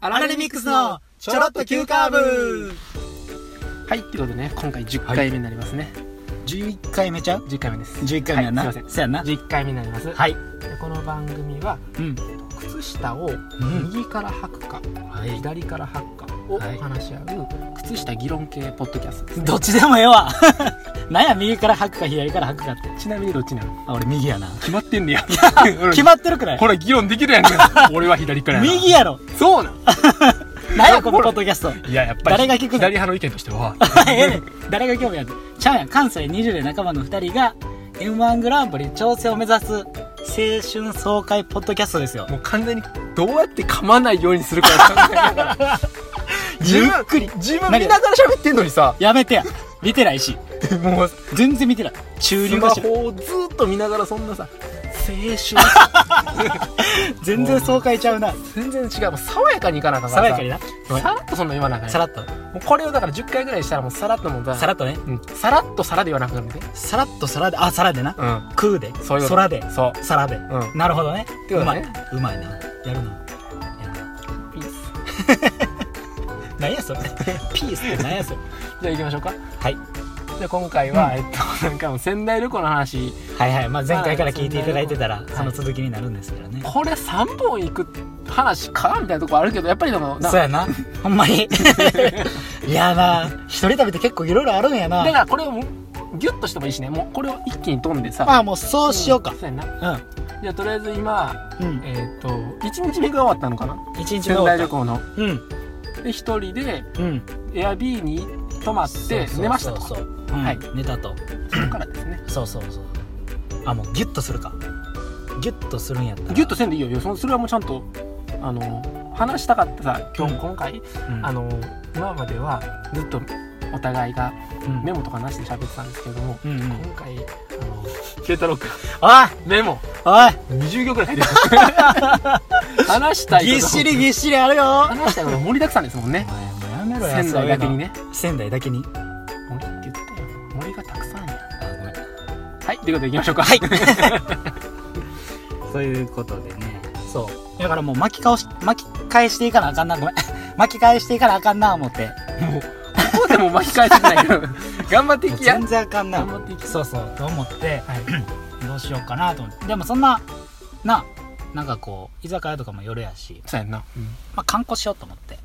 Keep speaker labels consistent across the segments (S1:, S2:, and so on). S1: アラレミックスのちょろっと急カーブ
S2: はいってことでね今回10回目になりますね、
S1: 11回目ちゃう
S2: 10回目です
S1: 11回目やな、
S2: はいすいま
S1: せやな
S2: せん10回目になります、
S1: はい
S2: でこの番組は
S1: うん
S2: 靴下を
S1: うん
S2: 右から履くか、
S1: はい
S2: 左から履くかを
S1: はい
S2: 話し合う靴下議論系ポッドキャストですね
S1: どっちでもええわ なんや右から吐くか左から吐くかって
S2: ちなみにどっちなの
S1: あ俺右やな
S2: 決まってんねや
S1: 決まってるくらい
S2: ほら議論でき るやんけ俺は左からやな
S1: 右やろ
S2: そうなん
S1: なんやこのポッドキャスト
S2: いややっぱり
S1: 誰が聞くの
S2: 左派の意見として は
S1: ええねん誰が興味あるちゃうやん関西20代仲間の2人が m 1グランプリ挑戦を目指す青春爽快ポッドキャストですよ
S2: もう完全にどうやって噛まないようにするか考えながら
S1: ゆっくり
S2: 自分見ながら喋ってんのにさ
S1: やめてや見てないし
S2: もう
S1: 全然見てない中
S2: ス
S1: 流
S2: マ
S1: だし
S2: ホをずっと見ながらそんなさ
S1: 青春全然爽快ちゃうな
S2: 全然違うもう爽やかにいかなあかん
S1: 爽
S2: から
S1: や
S2: さ
S1: かにな
S2: さらっとそんな言わなあかん
S1: さ
S2: や
S1: らっと
S2: んもうこれをだから10回ぐらいしたらもうさらっともうだ
S1: さらっとね
S2: うんさらっとさらで言わなくなるんで
S1: さらっとさらであさらでな
S2: うん
S1: 空で
S2: そういうこと
S1: 空で
S2: そう
S1: さらで
S2: うん
S1: なるほどね
S2: て
S1: う
S2: こと
S1: ま
S2: ね
S1: いなうまいなやるなやるな
S2: ピース
S1: 何やそ れピースって何やそれ
S2: じゃあ行きましょうか
S1: はい
S2: じゃあ今回は、
S1: うん
S2: えっと なんかもう仙台旅行の話
S1: はいはい、まあ、前回から聞いていただいてたら
S2: い
S1: その続きになるんですけどね、
S2: これ3本行く話かみたいなとこあるけどやっぱりでもな
S1: そうや なほんまに いやな一人旅って結構いろいろあるんや
S2: だか
S1: な
S2: らこれをもうギュッとしてもいいしねもうこれを一気に飛んでさ
S1: まあもうそうしようか
S2: そうやな
S1: う
S2: じゃあとりあえず今
S1: んうん
S2: えっ、と1日目が終わったのかな
S1: 一日目終
S2: 仙
S1: わ
S2: 台
S1: っ
S2: 旅
S1: た
S2: 行の
S1: うん
S2: で一人で
S1: うん
S2: エアビーに泊まって寝ましたと
S1: そう
S2: そ
S1: そうそう、うん
S2: はい
S1: 寝たと
S2: こからですね
S1: そうそうそうあもうギュッとするかギュッとするんやったら
S2: ギュッとせんでいいよよそそれはもうちゃんとあの話したかったさ今日、
S1: うん
S2: 今回
S1: うん
S2: あの今まではずっとお互いが
S1: うん
S2: メモとかなしで喋ってたんですけれども、
S1: うんうん
S2: 今回あの慶太郎君
S1: おい
S2: メモ
S1: おい
S2: 20行ぐらい書いてる 話したいこと
S1: ぎっしりぎっしりあるよお
S2: 話したいこと盛りだくさんですもんね
S1: 前もうやめろや
S2: 仙台だけに
S1: ね
S2: ね
S1: 仙台だけに
S2: 森って言ったよ森がたくさんや
S1: あごめん
S2: はいということでいきましょうかはい
S1: そういうことでねそうだからもう巻き返し巻き返していかなあかんなごめん 巻き 返していかなあかんな思って
S2: もうここでも巻き返してない けど頑張ってい
S1: もう
S2: きや
S1: 全然あかんな
S2: 頑張っていき
S1: そうそうと思って
S2: はい
S1: どうしようかなと思ってでもそんなななんかこう居酒屋とかも夜やし、
S2: そうやんな、
S1: まあ、観光しようと思って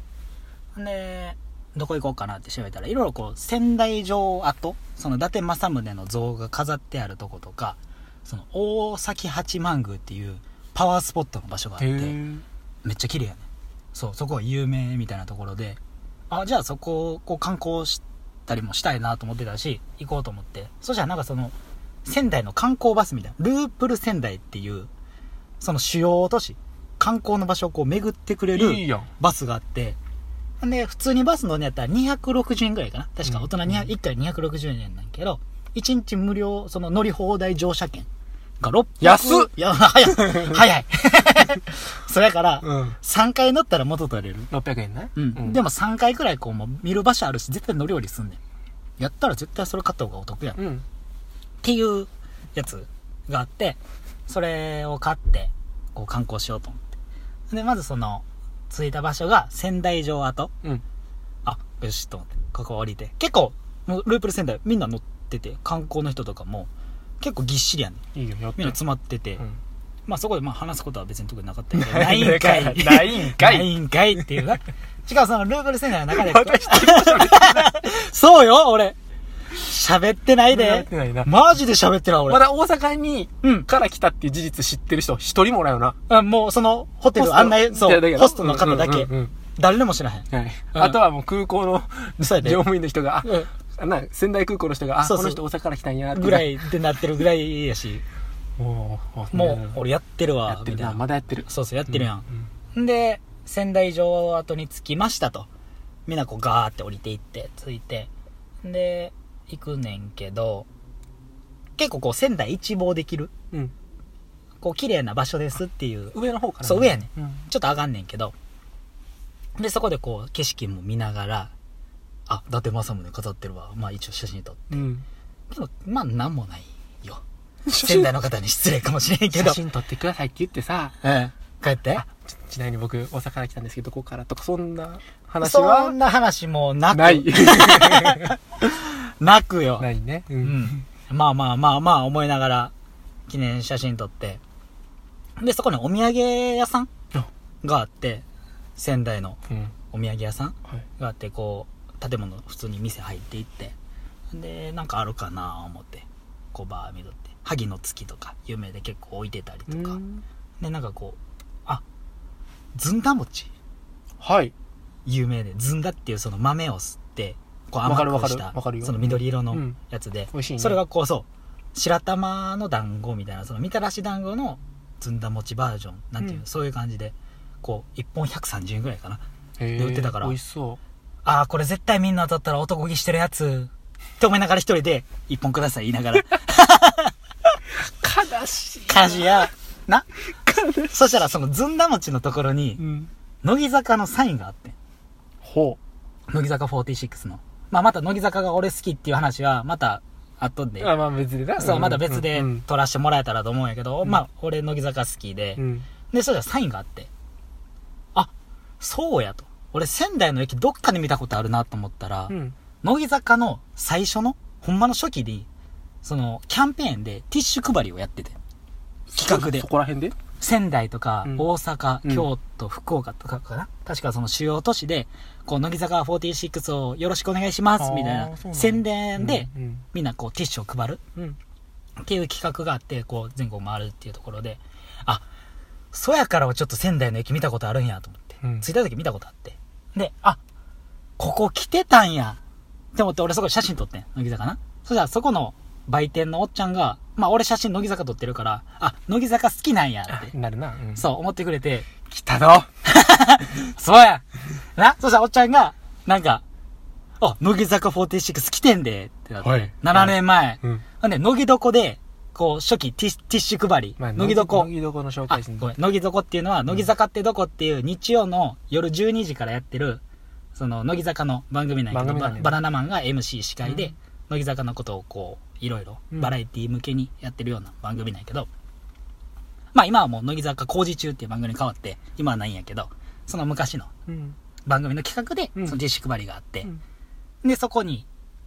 S1: ほんでどこ行こうかなって調べたらいろいろこう仙台城跡その伊達政宗の像が飾ってあるとことかその大崎八幡宮っていうパワースポットの場所があっ
S2: へ
S1: て
S2: え
S1: めっちゃ綺麗やねそうそこは有名みたいなところであじゃあそこをこう観光したりもしたいなと思ってたし行こうと思ってそしたらなんかその仙台の観光バスみたいなループル仙台っていうその主要都市観光の場所をこう巡ってくれる
S2: いいやん
S1: バスがあってで普通にバス乗るんやったら260円ぐらいかな確か大人
S2: うん
S1: 1回260円なんやけど1日無料その乗り放題乗車券が600
S2: 安っ
S1: いや早い早い それから、
S2: うん
S1: 3回乗ったら元取れる。
S2: 600円ね、
S1: うん。でも3回くらいこう、もう見る場所あるし、絶対乗り降りすんねん。やったら絶対それ買った方がお得やん。っ
S2: うん
S1: ていうやつがあって、それを買って、こう観光しようと思って。で、まずその、着いた場所が仙台城跡。
S2: うん
S1: あ、よし、と思って、ここ降りて。結構、もうループル仙台みんな乗ってて、観光の人とかも、結構ぎっしりやねん。
S2: いいよやって
S1: みんな詰まってて。
S2: うん
S1: まあそこでまあ話すことは別に特になかったけど、な
S2: ないい
S1: ん
S2: ん
S1: か
S2: か
S1: い
S2: い。
S1: んないんかいっていうな。しかもそのルーブルセンターの中で。
S2: 私と一緒に
S1: そうよ、俺。喋ってない
S2: や
S1: で
S2: って。ないな
S1: マジで喋ってない、俺。
S2: まだ大阪に
S1: うん。
S2: から来たっていう事実知ってる人一人もおらんよな
S1: あもうそのホテル案内、そ
S2: いや
S1: う、
S2: けど
S1: ホストの方だけ
S2: うんうん。うん
S1: 誰でも知らへん。
S2: うんはい
S1: うん
S2: あとはもう空港の
S1: そうやで
S2: 乗務員の人があ
S1: うん
S2: あな仙台空港の人があ
S1: そうそ
S2: こ
S1: う
S2: の人大阪から来たんやって
S1: ぐらいってなってるぐらいや し、
S2: もう
S1: もう
S2: 俺
S1: 俺やってる
S2: や
S1: わ
S2: っ、
S1: み
S2: てる
S1: たい
S2: な
S1: な。
S2: まだやってる
S1: そうそう、やってるやん。
S2: うん
S1: んで、仙台城跡に着きましたと。みんなこうガーって降りていって、着いて。で、行くねんけど、結構こう仙台一望できる、
S2: うん
S1: こう綺麗な場所ですっていう、
S2: 上の方から
S1: そう上やね
S2: うん
S1: ちょっと上がんねんけど、で、そこでこう景色も見ながら、あ、伊達政宗飾ってるわ。まあ一応写真撮っ
S2: うん
S1: ても、まあなんもないよ。
S2: 写
S1: 仙
S2: 真
S1: 台の方に失礼かもしれんけど。
S2: 写真撮ってくださいって言ってさ
S1: ええ帰って
S2: あちょっとちなみに僕大阪から来たんですけどどこからとかそんな話
S1: そ
S2: は
S1: んな話もなく
S2: ない
S1: なくよ
S2: ないねう
S1: うんん、まあまあまあまあ思いながら記念写真撮ってでそこにお土産屋さん
S2: あ
S1: があって仙台の
S2: うん
S1: お土産屋さん
S2: はい
S1: があってこう建物普通に店入っていってでなんかあるかな思ってこうバー見とって萩の月とか有名で結構置いてたりと
S2: う
S1: か
S2: ん
S1: でなんかこうあずんだ餅
S2: はい
S1: 有名でずんだっていうその豆を吸ってこう
S2: わか
S1: 甘
S2: る
S1: くした
S2: わかるわかるよ
S1: その緑色
S2: う
S1: の
S2: ん
S1: やつで、
S2: 美味しいね
S1: それがこうそう白玉の団子みたいなそのみたらし団子のずんだ餅バージョンなんていうの、
S2: うん
S1: そういう感じでこう1本130円ぐらいかな
S2: へ
S1: で売ってたから
S2: 美味しそ
S1: ああこれ絶対みんな当たったら男気してるやつって思いながら一人で1本ください言いなが ら
S2: う悲しい
S1: 家事やなそしたらそのずんだ餅のところに
S2: うん
S1: 乃木坂のサインがあって
S2: ほ
S1: 乃木坂46の、まあ、また乃木坂が俺好きっていう話はまた後で
S2: うあまあ別でな
S1: そう、
S2: ん
S1: また別で
S2: うん
S1: 撮らせてもらえたらと思うんやけど、
S2: うん
S1: まあ、俺、乃木坂好きで、
S2: うん
S1: で、そしたらサインがあって、あ、そうやと。俺、仙台の駅どっかで見たことあるなと思ったら、
S2: うん
S1: 乃木坂の最初の、ほんまの初期に、その、キャンペーンでティッシュ配りをやってて、企画で
S2: そこら辺で
S1: 仙台とか、
S2: うん
S1: 大阪、
S2: うん
S1: 京都、福岡とかかな確かその主要都市で、こう、乃木坂46をよろしくお願いします、みたい
S2: あーそうなん
S1: な、
S2: だ
S1: 宣伝で、
S2: うん
S1: みんなこう、ティッシュを配る。
S2: うん
S1: っていう企画があって、こう、全国回るっていうところで、あ、そやからをちょっと仙台の駅見たことあるんやと思って、
S2: うん
S1: 着いた時見たことあって。で、あ、ここ来てたんやって思って、俺そこで写真撮ってん、乃木坂な。そしたらそこの売店のおっちゃんが、まあ俺写真乃木坂撮ってるから、あ、乃木坂好きなんやって、
S2: なるなうん
S1: そう思ってくれて、
S2: 来たぞ
S1: そうやな、そしたらおっちゃんが、なんか、あ、乃木坂46好きてんで、ってなって、
S2: はい
S1: 7年前、
S2: うん
S1: ほんで、乃木床で、こう、初期ティッシュティッシュ配り、
S2: まあ
S1: 乃木床
S2: 乃。木床の紹
S1: あ
S2: 介です、
S1: ごめん、乃木床っていうのは、乃木坂ってどこっていう日曜の夜12時からやってる、その、乃木坂の番組なんやけど、
S2: 番組な
S1: バ
S2: んやね
S1: バナナマンが MC 司会で、
S2: うん
S1: 乃木坂のことをこう、いろいろ、
S2: うん
S1: バラエティ向けにやってるような番組なんやけど、まあ今はもう乃木坂工事中っていう番組に変わって、今はないんやけど、その昔の
S2: うん
S1: 番組の企画で、
S2: うん
S1: そのティッシュ配りがあって、
S2: うん
S1: で、そこに、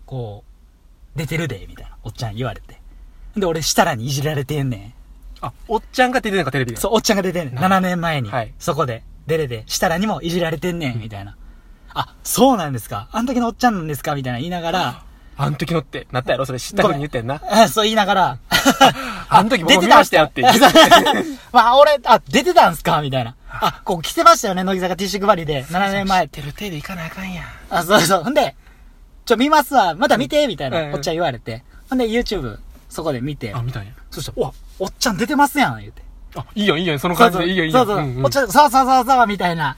S1: こう、出てるで、みたいな、おっちゃん言われて。で、俺、設楽にいじられてんね
S2: あおっちゃんが出てるのかテレビ
S1: ん。
S2: で
S1: そう、おっちゃんが出てんねん。
S2: なる
S1: 7年前に、
S2: はい
S1: そこで、出れて、設楽にもいじられてんね
S2: うん
S1: ん、みたいな。あ、そうなんですか。あの時のおっちゃんなんですかみたいな言いながら、
S2: あん時のってなったやろそれ知ったふうに言ったやんな
S1: あそう言いながら、
S2: あん時僕も見ましたよって言って
S1: まあ、俺、あ、出てたんすかみたいな。あ、こう来てましたよね、乃木坂ティッシュ配りで、7年前。
S2: てる手で行かなあかんやん
S1: あ、そうそう。ほんで、ちょ、見ますわ。また見て、みたい
S2: うん
S1: な、おっちゃん言われて。ほんで、YouTube、そこで見て。
S2: あ見たんや
S1: そしたら、うわ、おっちゃん出てますやん、言うて。
S2: あいいよいいよその感じでいいよいいよ
S1: そうそう、
S2: んん
S1: おっちゃん、そうそうそうそう、みたいな。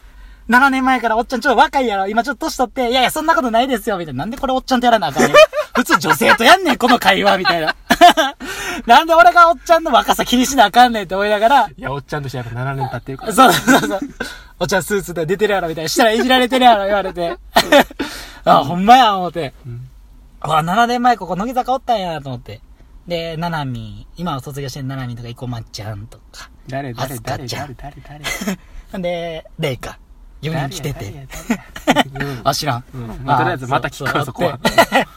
S1: 7年前からおっちゃんちょっと若いやろ、今ちょっと年取って、いやいや、そんなことないですよ、みたいな。なんでこれおっちゃんとやらなあかん ねん。普通女性とやんねん、この会話、みたいな。 なんで俺がおっちゃんの若さ気にしなあかんねんって思いながら、
S2: いやおっちゃんとしてやっぱ7年経ってるから
S1: そうそうそう。お茶スーツで出てるやろみたいな。したらいじられてるやろ言われ て。あ、ほんまや、思って。
S2: うん
S1: あ、7年前ここ乃木坂おったんやなと思って。で、ななみ、今は卒業してるななみとか、いこまちゃんとか。
S2: 誰
S1: あ
S2: 誰
S1: すか
S2: 誰
S1: ちゃん
S2: 誰誰誰
S1: で、レイカ。4人来て
S2: 誰や
S1: て。
S2: 誰や誰や
S1: あ、知らん。
S2: うんまあとりあえずまた聞くからそこは
S1: そうそう追って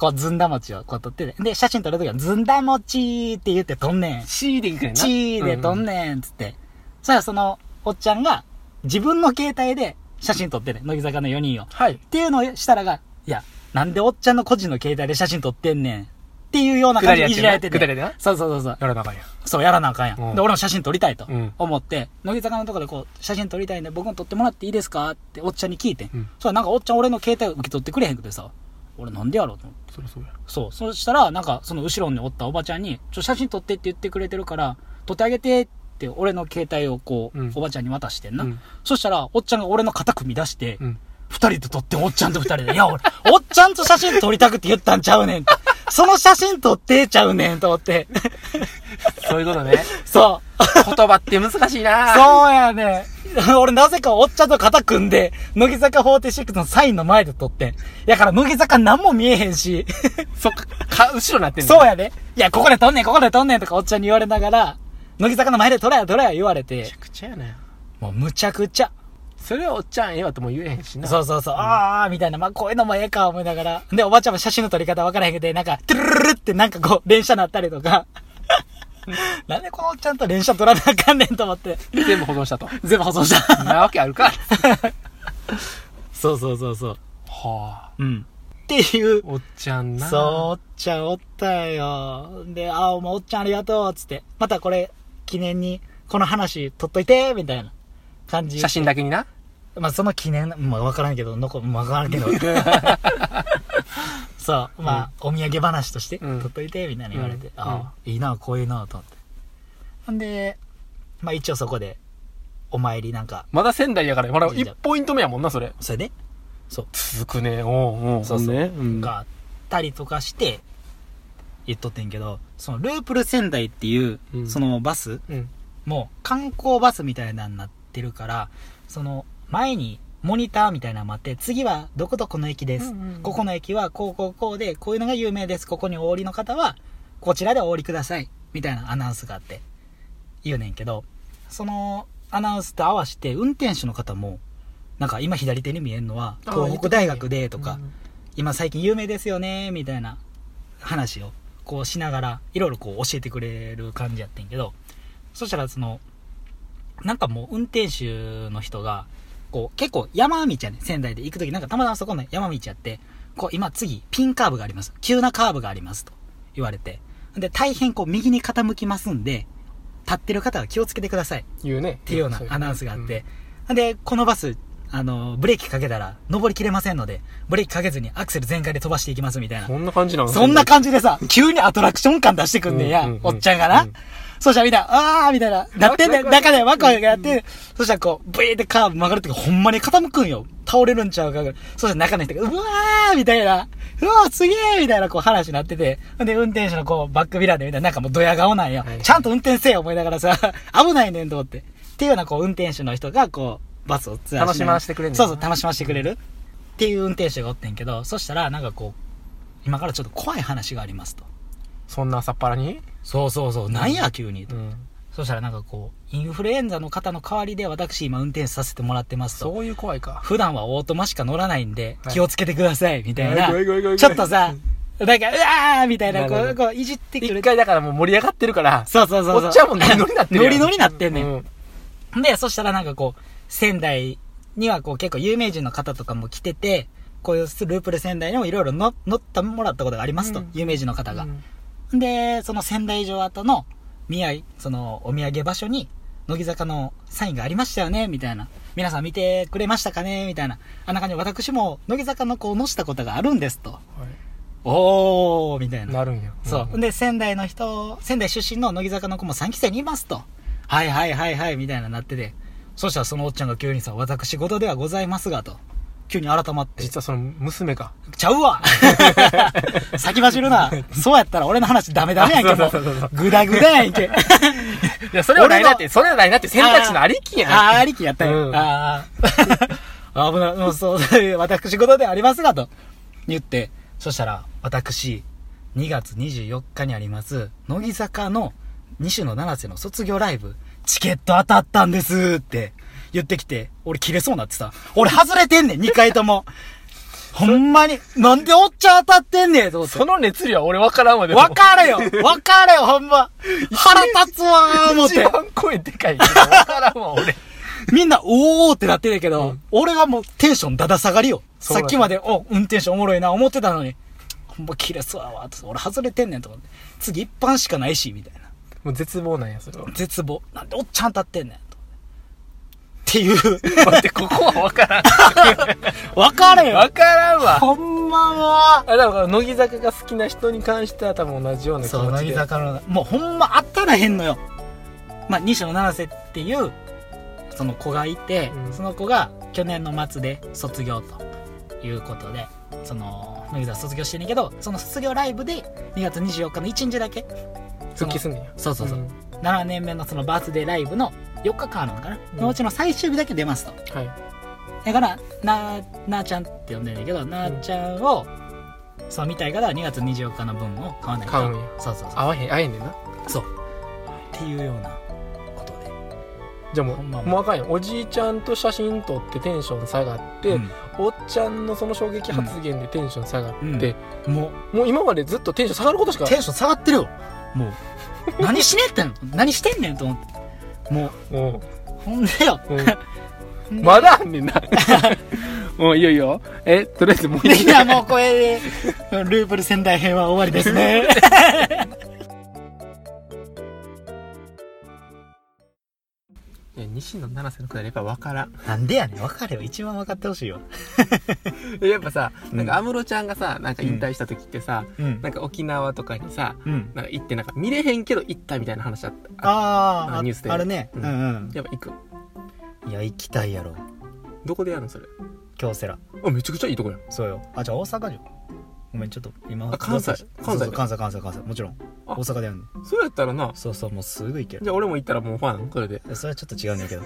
S1: こう、ずんだ餅をこう撮ってて。で、写真撮るときは、ずんだ餅って言って撮んねん。
S2: C で行くからな
S1: チーで撮んねんっつって。そしたらその、おっちゃんが、自分の携帯で写真撮ってね、乃木坂の4人を。っ
S2: はい
S1: ていうのをしたらが、いや、なんでおっちゃんの個人の携帯で写真撮ってんねん。っていうような感じでいじられてて。
S2: くだりやってな
S1: そうそうそうそう。
S2: やらなあかんや
S1: そう、やらなあかんやん。
S2: うん
S1: で、俺も写真撮りたいと
S2: うん
S1: 思って、乃木坂のところでこう、写真撮りたいんで、僕も撮ってもらっていいですかっておっちゃんに聞いてん。
S2: うん
S1: そしたらなんかおっちゃん俺の携帯を受け取ってくれへんくてさ、俺なんでやろうと思って。
S2: そりゃそうや
S1: そう。そしたら、なんか、その後ろにおったおばちゃんに、ちょ、写真撮ってって言ってくれてるから、撮ってあげてって、俺の携帯をこう、
S2: うん
S1: おばちゃんに渡してんな。
S2: うん
S1: そしたら、おっちゃんが俺の肩組み出して、
S2: うん
S1: 二、人で撮って、おっちゃんと二人で、いや、俺、おっちゃんと写真撮りたくて言ったんちゃうねんって。その写真撮ってちゃうねんと思って。
S2: そういうことね
S1: そう。
S2: 言葉って難しいな
S1: そうやね ん。俺なぜかおっちゃんと肩組んで、乃木坂46のサインの前で撮ってん。やから乃木坂何も見えへんし。
S2: そっかか後ろなってんの
S1: そうやで。いや、ここで撮んねん、ここで撮んねんとかおっちゃんに言われながら、乃木坂の前で撮れや撮れや言われ
S2: め
S1: て
S2: ちゃ、くちゃやな
S1: もうむちゃくちゃ
S2: それはおっちゃんええわとも言えへんしな
S1: そうそうそう、ああ、みたいな、まあ、こういうのもええか、思いながら。で、おばちゃんも写真の撮り方わからへんけど、なんか、トゥルルルルってなんかこう、連写なったりとか。 なんでこのおっちゃんと連写撮らなあかんねんと思って。
S2: 全部保存したと
S1: 全部保存した。
S2: なわけあるか
S1: そうそうそうそう。
S2: はあ
S1: うん。っていう、
S2: おっちゃんな
S1: そう、おっちゃんおったよ。で、ああ、お前おっちゃんありがとう、つって。またこれ、記念に、この話撮っといて、みたいな感じ。
S2: 写真だけにな
S1: まあ、その記念、まあ、わからんけど、のこ、まあわからんけど。 そう、まあ、お土産話として、
S2: うん
S1: 取っといて、みたいな言われて、
S2: うん
S1: ああ、いいな、こういうな、と思って。ほんで、まあ、一応そこで、お参りなんか、
S2: まだ仙台やからまだ
S1: 神社
S2: 1ポイント目やもんなそれ
S1: それで、そう、
S2: 続くねおうおう
S1: そうそう
S2: ほんでうん
S1: があったりとかして、言っとってんけど、その、ループル仙台っていう、
S2: うん
S1: そのバス
S2: うん
S1: も、観光バスみたいなのになってるから、その、前に、モニターみたいなのもあって、次はどこどこの駅です。ここの駅はこうこうこうで、こういうのが有名です。ここにお降りの方は、こちらでお降りください。みたいなアナウンスがあって、言うねんけど、そのアナウンスと合わせて、運転手の方も、なんか今左手に見えるのは、
S2: あ
S1: 東北大学でと
S2: と
S1: か、今最近有名ですよね、みたいな話を、こうしながら、いろいろこう教えてくれる感じやってんけど、そしたらその、なんかもう運転手の人が、こう結構山道やね、仙台で行くときなんかたまたまそこの山道やって、こう今次ピンカーブがあります。急なカーブがありますと言われて。で、大変こう右に傾きますんで、立ってる方は気をつけてください。
S2: 言うねっ
S1: っていうようなアナウンスがあって、で、このバス、あの、ブレーキかけたら、登りきれませんので、ブレーキかけずにアクセル全開で飛ばしていきますみたいな。
S2: そんな感じなの
S1: そんな感じでさ、急にアトラクション感出してくんねんや、
S2: うんうんうん
S1: おっちゃんがな。
S2: うん
S1: そしたらみんな、あーみたいな、なってんねん、
S2: ワクワク
S1: 中でワクワクやって、そしたらこう、ブイーってカーブ曲がるときほんまに傾くんよ。倒れるんちゃうかぐらい。そしたら中の人が、うわーみたいな、うわーすげーみたいなこう話になってて、で、運転手のこう、バックミラーでみんな、なんかもうドヤ顔なんよ
S2: はいは。い
S1: ちゃんと運転せえ思いながらさ、危ないねんと思って。っていうようなこう、運転手の人がこう、バスをツアーながら
S2: 楽しましてくれんねんな
S1: そうそう、楽しましてくれる。っていう運転手がおってんけど、そしたらなんかこう、今からちょっと怖い話がありますと。
S2: そんな朝っぱらに
S1: そうそうそう、なんや急にと。
S2: うん
S1: そしたらなんかこう、インフルエンザの方の代わりで私今運転させてもらってますと。
S2: そういう怖いか
S1: 普段はオートマしか乗らないんで、
S2: はい
S1: 気をつけてください、みたいな。
S2: はいごいごいごいごい
S1: ちょっとさ、なんか、うわーみたいな、こ
S2: なる
S1: う、
S2: ほ
S1: こう、いじってく
S2: 一
S1: る。
S2: 回だからもう盛り上がってるから
S1: そうそうそうそう。
S2: おっちゃんもノリノリになってるやん
S1: ノリノリなってんねん
S2: う
S1: で、そしたらなんかこう、仙台にはこう結構有名人の方とかも来てて、こういうループル仙台にもいろいろ乗乗ったもらったことがありますと、
S2: うん
S1: 有名人の方が
S2: う。ん
S1: で、その仙台城跡の宮城、そのお土産場所に、乃木坂のサインがありましたよね、みたいな。皆さん見てくれましたかねみたいな。あんな感じで、私も乃木坂の子を乗したことがあるんですと。おー、みたいな。
S2: なるんや
S1: そう。
S2: ん
S1: で、仙台の人、仙台出身の乃木坂の子も3期生にいますと。はいはいはいはい、みたいななってて。そしたらそのおっちゃんが急にさ、私事ではございますが、と。急に改まって。
S2: 実はその娘か
S1: ちゃう わ先走るな。そうやったら俺の話ダメダメやんけ、も
S2: あそうそうそう
S1: う。グダグダやんけ。
S2: いやそれはないなっ
S1: 俺
S2: てそれはないなって選択肢のありきやん
S1: あーありきやったよ。
S2: うん
S1: あーあー危ない。もうそう、そういう私事ではありますが、と言って、そしたら、私、2月24日にあります、乃木坂の西野七瀬の卒業ライブ、チケット当たったんですって言ってきて、俺切れそうになってさ、俺外れてんねん、2回とも。ほんまに、なんでおっちゃん当たってんねん、と思って
S2: そ。の熱量は俺分からんわでも
S1: わかるよわかるよ、ほんま。腹立つわー、思っ
S2: 一
S1: て。
S2: 番声でかいけど分からんわ俺
S1: みんな、おーってなってるけど、
S2: うん
S1: 俺はもうテンションだだ下がりよ。
S2: そう
S1: さ
S2: だ
S1: っきまで、お、運転手おもろいな、思ってたのに、ほんま切れそうやわ、って俺外れてんねんと思って。次一般しかないし、みたいな。
S2: もう絶望なんやそれは
S1: 絶望。なんでおっちゃん立ってんねん、と。っていう、
S2: 待ってここは分からん
S1: わかれよ
S2: 分からんわ
S1: ほんまは、
S2: あだから乃木坂が好きな人に関しては多分同じような気
S1: そう、
S2: 持ち
S1: 乃木
S2: で
S1: 坂の、もうほんまあったらへんのよ。まあ、西野七瀬っていう、その子がいて、
S2: うん
S1: その子が去年の末で卒業ということで、その、乃木坂卒業してんねんけど、その卒業ライブで2月24日の1日だけ、
S2: 復帰すんねんや
S1: そうそうそう、
S2: ん
S1: 7年目のそのバースデーライブの4日間あるのかな、
S2: うん
S1: のうちの最終日だけ出ますと。
S2: はい
S1: だから、な、なーちゃんって呼んでんだけど、なーちゃんを、そう見たい方は2月24日の分を買わないと。
S2: 買うんや
S1: そうそうそう。
S2: 会わへん会えんねんな
S1: そう。っていうようなことで。
S2: じゃあもう,、
S1: ほんま
S2: もうあかんよおじいちゃんと写真撮ってテンション下がって、
S1: うん
S2: おっちゃんのその衝撃発言でテンション下がって、
S1: うんも
S2: もう今までずっとテンション下がることしか
S1: うテンション下がってるよも う何しねえってん何してんねんと思っても
S2: うん
S1: うほんで よ
S2: うん、 まだあんねんなもういいよいいよえとりあえずもういい
S1: いやもうこれでループル仙台編は終わりです ね
S2: いや西野七瀬のくだりやっぱ分からん
S1: なんでやねん分かれよ一番分かってほしいよ
S2: やっぱさなん
S1: うん
S2: か安室ちゃんがさなんか引退した時ってさ、
S1: うん
S2: なんか沖縄とかにさ
S1: うん
S2: なんか行ってなんか見れへんけど行ったみたいな話あった
S1: ああ
S2: あニュースで
S1: あるねう
S2: うんん
S1: うん
S2: やっぱ行く
S1: いや行きたいやろ
S2: どこでやるのそれ
S1: 京セラ
S2: あめちゃくちゃいいとこやん
S1: そうよあじゃあ大阪じゃんごめんちょっと今
S2: あ関西
S1: 関
S2: 関
S1: 西
S2: 西
S1: 関西関西関西もちろん
S2: あ
S1: 大阪でやるの
S2: そうやったらな
S1: そうそうもうすぐ行ける
S2: じゃあ俺も行ったらもうファンこれで
S1: それはちょっと違うんだけど